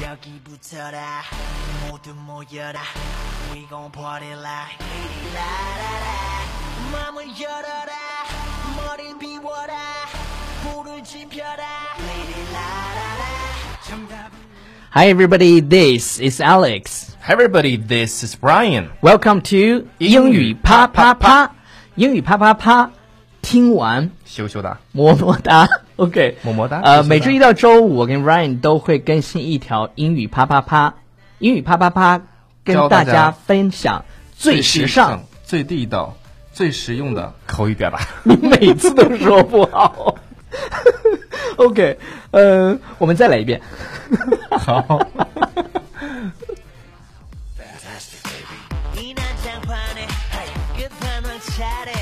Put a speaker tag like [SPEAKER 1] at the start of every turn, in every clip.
[SPEAKER 1] 여기부터라 모두 모여라 We gon' party like 라라라 마음을 열어라 머리 비워라 불을 지펴라 Lady 라라라 정답은
[SPEAKER 2] Hi everybody, this is Alex.
[SPEAKER 3] Hi everybody, this is Brian.
[SPEAKER 2] Welcome to 英语啪啪啪，英语啪啪啪，听完
[SPEAKER 3] 羞羞的，
[SPEAKER 2] 么么哒。OK，
[SPEAKER 3] 么么哒
[SPEAKER 2] 呃，
[SPEAKER 3] 羞羞哒
[SPEAKER 2] 每周一到周五，我跟 Ryan 都会更新一条英语啪啪啪，英语啪啪啪，跟
[SPEAKER 3] 教
[SPEAKER 2] 大
[SPEAKER 3] 大家
[SPEAKER 2] 家分享最时尚。、
[SPEAKER 3] 最地道、最实用的口语表达。
[SPEAKER 2] 你每次都说不好。OK，呃，我们再来一遍。
[SPEAKER 3] 好，
[SPEAKER 1] 이 난장판에 끝판왕 차례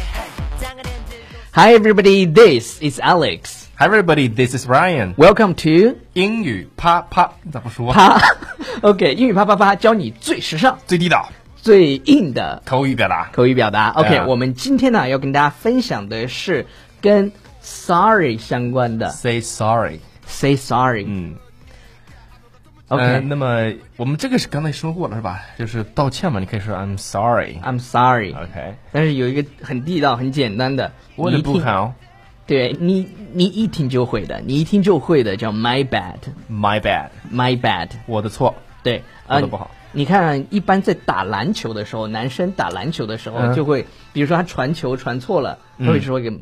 [SPEAKER 1] 땅을 흔들고
[SPEAKER 2] Hi everybody, this is Alex.
[SPEAKER 3] Hi everybody, this is Ryan.
[SPEAKER 2] Welcome to
[SPEAKER 3] 英语啪啪，你咋不说？
[SPEAKER 2] 啪 ，OK，英语啪啪啪，教你最时尚、
[SPEAKER 3] 最地道
[SPEAKER 2] 最硬的
[SPEAKER 3] 口语表达。
[SPEAKER 2] 口语表达。OK，、
[SPEAKER 3] 哎呀
[SPEAKER 2] 我们今天呢要跟大家分享的是跟 sorry 相关的
[SPEAKER 3] Say sorry。
[SPEAKER 2] ，say sorry。
[SPEAKER 3] 嗯嗯、呃
[SPEAKER 2] OK，I'm、
[SPEAKER 3] 那么我们这个是刚才说过了是吧？就是道歉嘛，你可以说 I'm sorry。
[SPEAKER 2] 啊 sorry。
[SPEAKER 3] OK，
[SPEAKER 2] 但是有一个很地道、很简单的，
[SPEAKER 3] 我
[SPEAKER 2] 你
[SPEAKER 3] 的
[SPEAKER 2] 一
[SPEAKER 3] 不啊
[SPEAKER 2] 听，
[SPEAKER 3] 好
[SPEAKER 2] 对你，你一听就会的，你一听就会的，叫 my bad，my
[SPEAKER 3] ，My bad，
[SPEAKER 2] bad。
[SPEAKER 3] 我的错。
[SPEAKER 2] 对，呃
[SPEAKER 3] 说得不好
[SPEAKER 2] 你看，一般在打篮球的时候，男生打篮球的时候
[SPEAKER 3] 嗯
[SPEAKER 2] 就会，比如说他传球传错了，他会说一个，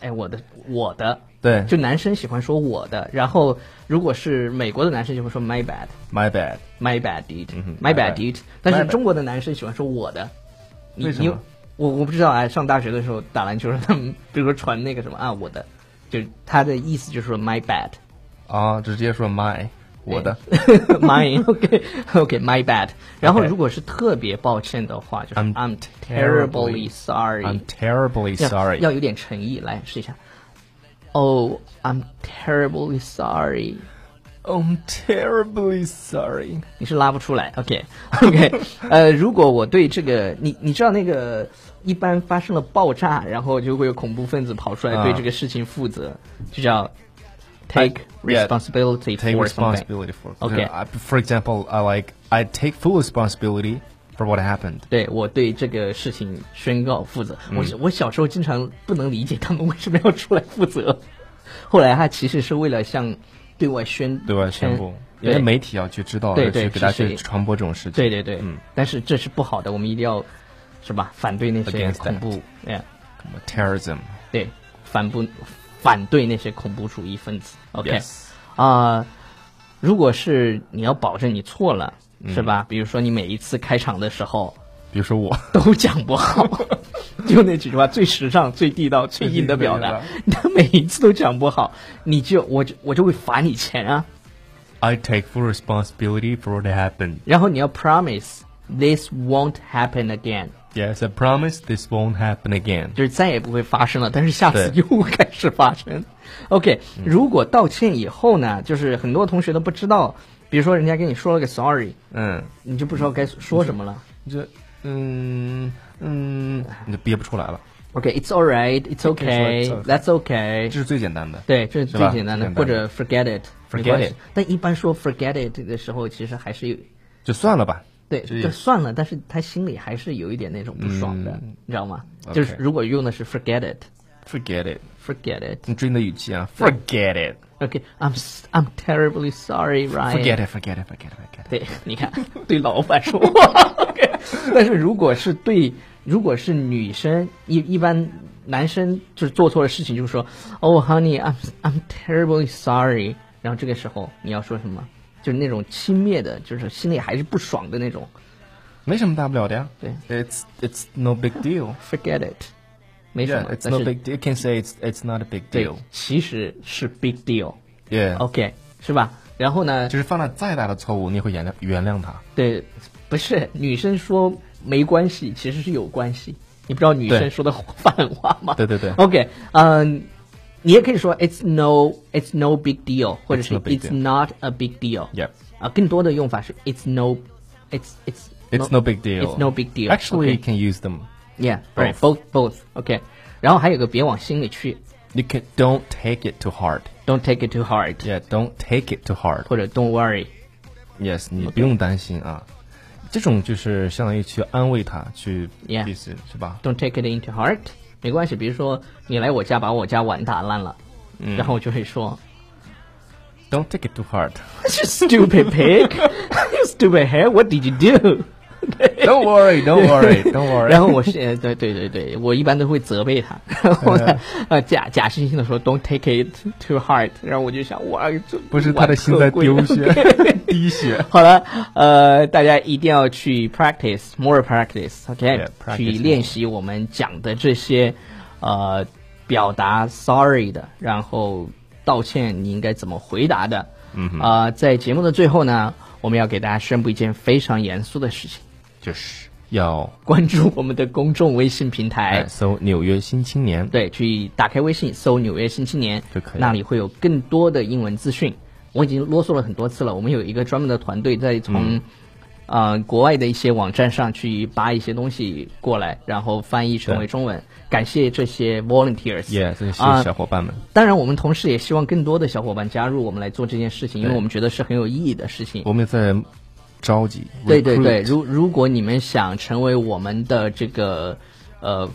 [SPEAKER 2] 哎，我的，我的。
[SPEAKER 3] 对
[SPEAKER 2] 就男生喜欢说我的，然后如果是美国的男生就会说 my bad，my
[SPEAKER 3] My bad，
[SPEAKER 2] bad dude，my、
[SPEAKER 3] 嗯 my
[SPEAKER 2] bad
[SPEAKER 3] bad
[SPEAKER 2] dude。但是
[SPEAKER 3] my bad
[SPEAKER 2] 中国的男生喜欢说我的，你
[SPEAKER 3] 为什
[SPEAKER 2] 你
[SPEAKER 3] 么
[SPEAKER 2] 我我不知道啊，上大学的时候打篮球的时候， 他们比如说传那个什么啊我的，就是他的意思就是说 my bad。
[SPEAKER 3] 啊，直接说 my，我的
[SPEAKER 2] mine OK OK my bad。然后如果是特别抱歉的话，就是
[SPEAKER 3] I'm
[SPEAKER 2] I'm terribly
[SPEAKER 3] terribly-
[SPEAKER 2] sorry。
[SPEAKER 3] ，I'm terribly
[SPEAKER 2] 要
[SPEAKER 3] sorry
[SPEAKER 2] 要。有点诚意，来试一下。Oh, I'm terribly sorry。
[SPEAKER 3] Oh, I'm terribly sorry。
[SPEAKER 2] 你是拉不出来，OK OK，呃，如果我对这个，你你知道那个一般发生了爆炸，然后就会有恐怖分子跑出来
[SPEAKER 3] 啊
[SPEAKER 2] 对这个事情负责，就叫 take
[SPEAKER 3] yeah,
[SPEAKER 2] responsibility
[SPEAKER 3] Take
[SPEAKER 2] for something。
[SPEAKER 3] responsibility for.
[SPEAKER 2] Okay.
[SPEAKER 3] I, for example, I like I take full responsibility for what happened.
[SPEAKER 2] 对我对这个事情宣告负责。
[SPEAKER 3] 嗯
[SPEAKER 2] 我小我小时候经常不能理解他们为什么要出来负责， 后来他其实是为了向对外宣
[SPEAKER 3] 对外宣布，因
[SPEAKER 2] 对
[SPEAKER 3] 为媒体要去知道，
[SPEAKER 2] 对对
[SPEAKER 3] 去给大家
[SPEAKER 2] 是
[SPEAKER 3] 去
[SPEAKER 2] 是
[SPEAKER 3] 传播这种事情。
[SPEAKER 2] 对对对，
[SPEAKER 3] 嗯
[SPEAKER 2] 但是这是不好的，我们一定要是吧？反对那些
[SPEAKER 3] Against
[SPEAKER 2] 恐怖，哎，
[SPEAKER 3] 什么 terrorism，
[SPEAKER 2] 对，反不反对那些恐怖主义分子。OK，啊啊
[SPEAKER 3] Yes
[SPEAKER 2] 如果是你要保证你错了，
[SPEAKER 3] 嗯
[SPEAKER 2] 是吧？比如说你每一次开场的时候。
[SPEAKER 3] 比如说我，
[SPEAKER 2] 都讲不好，就那几句话最时尚、最地道、最硬的表 达，他每一次都讲不好，你就我就我就会罚你钱啊。
[SPEAKER 3] I take full responsibility for what happened.
[SPEAKER 2] 然后你要 promise this won't happen again，
[SPEAKER 3] Yes, I promise this won't happen again.
[SPEAKER 2] 就是再也不会发生了，但是下次
[SPEAKER 3] 对
[SPEAKER 2] 又开始发生。OK，如果道歉以后呢，就是很多同学都不知道，比如说人家跟你说了个 sorry，
[SPEAKER 3] 嗯，
[SPEAKER 2] 你就不知道该说什么了。
[SPEAKER 3] 你这，嗯嗯，你就憋不出来了，
[SPEAKER 2] OK，it's、alright，it's
[SPEAKER 3] 可以说 it's
[SPEAKER 2] okay，that's okay。
[SPEAKER 3] 这是最简单的。
[SPEAKER 2] 对，这是
[SPEAKER 3] 是
[SPEAKER 2] 最
[SPEAKER 3] 吧
[SPEAKER 2] 简单的，
[SPEAKER 3] 简单的
[SPEAKER 2] 或者 forget it，没
[SPEAKER 3] Forget
[SPEAKER 2] 关系
[SPEAKER 3] it
[SPEAKER 2] 但一般说 forget it 的时候，其实还是有
[SPEAKER 3] 就算了吧。
[SPEAKER 2] 对，
[SPEAKER 3] 这也
[SPEAKER 2] 就算了，但是他心里还是有一点那种不爽的，你知道吗
[SPEAKER 3] 嗯 OK
[SPEAKER 2] 就是如果用的是 forget it，forget
[SPEAKER 3] forget it，
[SPEAKER 2] it。
[SPEAKER 3] 你注意你的语气啊，forget it，forget
[SPEAKER 2] OK，I'm、I'm terribly sorry，Ryan。
[SPEAKER 3] it，forget it，forget it，forget it。
[SPEAKER 2] 对， 你看，对老板说话。OK，但是如果是对，如果是女生，一一般男生就是做错了事情，就说，Oh honey，I'm I'm terribly sorry。然后这个时候你要说什么？就是那种轻蔑的，就是心里还是不爽的那种。
[SPEAKER 3] 没什么大不了的呀。
[SPEAKER 2] 对
[SPEAKER 3] ，It's it's no big deal.
[SPEAKER 2] Forget it，没什
[SPEAKER 3] Yeah,
[SPEAKER 2] 么。
[SPEAKER 3] it's
[SPEAKER 2] 但
[SPEAKER 3] no
[SPEAKER 2] 是
[SPEAKER 3] big deal. You can say it's it's not a big
[SPEAKER 2] 对
[SPEAKER 3] deal.，
[SPEAKER 2] 其实是 big deal。
[SPEAKER 3] Yeah，
[SPEAKER 2] OK，是吧？然后呢？
[SPEAKER 3] 就是犯了再大的错误，你也会原谅原谅他。
[SPEAKER 2] 对，不是女生说没关系，其实是有关系。你不知道女生
[SPEAKER 3] 对
[SPEAKER 2] 说的反话吗？
[SPEAKER 3] 对对对
[SPEAKER 2] OK，嗯、你也可以说 "It's no, it's no big deal"，或者是
[SPEAKER 3] no big
[SPEAKER 2] "It's
[SPEAKER 3] deal.
[SPEAKER 2] not a big deal"。
[SPEAKER 3] Yep
[SPEAKER 2] 啊，更多的用法是 "It's no, it's it's
[SPEAKER 3] It's no big deal.
[SPEAKER 2] It's no big deal.
[SPEAKER 3] Actually, you
[SPEAKER 2] Okay.
[SPEAKER 3] can use them.
[SPEAKER 2] yeah, right,
[SPEAKER 3] Both.
[SPEAKER 2] both both OK。然后还有个别往心里去
[SPEAKER 3] You can don't take it to heart.
[SPEAKER 2] ，Don't take it too hard，
[SPEAKER 3] Yeah, don't take it to heart.
[SPEAKER 2] 或者 Don't worry。
[SPEAKER 3] Yes，你不用担心啊。这种就是相当于去安慰他，去
[SPEAKER 2] Yeah
[SPEAKER 3] 意思是吧？
[SPEAKER 2] Don't take it into heart，没关系。比如说你来我家把我家碗打烂了，
[SPEAKER 3] 嗯
[SPEAKER 2] 然后我就会说
[SPEAKER 3] Don't take it too hard.
[SPEAKER 2] You stupid pig, you stupid hair, what did you do？
[SPEAKER 3] Don't worry, don't worry, don't worry.
[SPEAKER 2] 然后我是呃对对对对，我一般都会责备他， 然后
[SPEAKER 3] 哎
[SPEAKER 2] 呢呃假假惺惺的说 Don't take it too hard，然后我就想哇，这
[SPEAKER 3] 不是他的心在丢血 滴血。
[SPEAKER 2] 好了，呃，大家一定要去 practice more practice，OK，、
[SPEAKER 3] Yeah，practice
[SPEAKER 2] 去练习我们讲的这些，呃，表达 sorry 的，然后道歉你应该怎么回答的。嗯啊、在节目的最后呢，我们要给大家宣布一件非常严肃的事情，
[SPEAKER 3] 就是要
[SPEAKER 2] 关注我们的公众微信平台
[SPEAKER 3] 哎，搜《纽约新青年》。
[SPEAKER 2] 对，去打开微信搜“纽约新青年”，
[SPEAKER 3] 就可以了
[SPEAKER 2] 那里会有更多的英文资讯。我已经啰嗦了很多次了，我们有一个专门的团队在从、
[SPEAKER 3] 嗯
[SPEAKER 2] 呃国外的一些网站上去扒一些东西过来，然后翻译成为
[SPEAKER 3] 对
[SPEAKER 2] 中文。感谢这些 volunteers，
[SPEAKER 3] 耶，这些
[SPEAKER 2] 啊
[SPEAKER 3] 小伙伴们，
[SPEAKER 2] 当然，我们同时也希望更多的小伙伴加入我们来做这件事情，因为
[SPEAKER 3] 对
[SPEAKER 2] 我们觉得是很有意义的事情。
[SPEAKER 3] 我们也在着急。
[SPEAKER 2] 对对对，
[SPEAKER 3] recruit
[SPEAKER 2] 如如果你们想成为我们的这个呃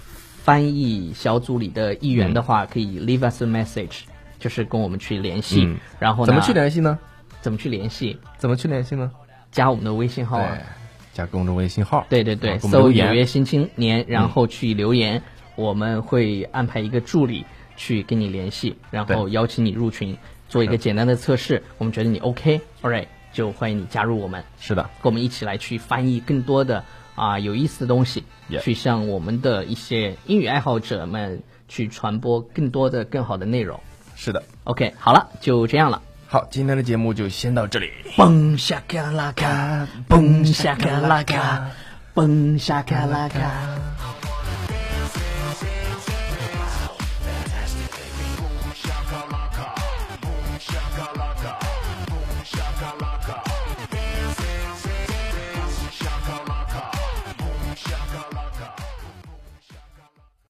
[SPEAKER 2] 翻译小组里的一员的话，可以 leave us a message，就是跟我们去联系。
[SPEAKER 3] 嗯
[SPEAKER 2] 然后呢
[SPEAKER 3] 怎么去联系呢？
[SPEAKER 2] 怎么去联系？
[SPEAKER 3] 怎么去联系呢？
[SPEAKER 2] 加我们的微信号啊
[SPEAKER 3] 对。，加公众微信号。
[SPEAKER 2] 对对对，
[SPEAKER 3] 哎啊给我们
[SPEAKER 2] 搜“
[SPEAKER 3] 留
[SPEAKER 2] 纽约
[SPEAKER 3] 言。嗯
[SPEAKER 2] 新青年”，然后去留言，我们会安排一个助理去跟你联系，然后
[SPEAKER 3] 对
[SPEAKER 2] 邀请你入群，做一个简单的测试。我们觉得你 OK，all、right，就欢迎你加入我们。
[SPEAKER 3] 是的，
[SPEAKER 2] 跟我们一起来去翻译更多的啊、有意思的东西
[SPEAKER 3] Yeah
[SPEAKER 2] 去向我们的一些英语爱好者们去传播更多的更好的内容。
[SPEAKER 3] 是的。
[SPEAKER 2] OK，好了，就这样了。
[SPEAKER 3] 好，今天的节目就先到这里。
[SPEAKER 1] 蹦下嘎啦嘎，蹦下嘎啦嘎，蹦下嘎啦嘎。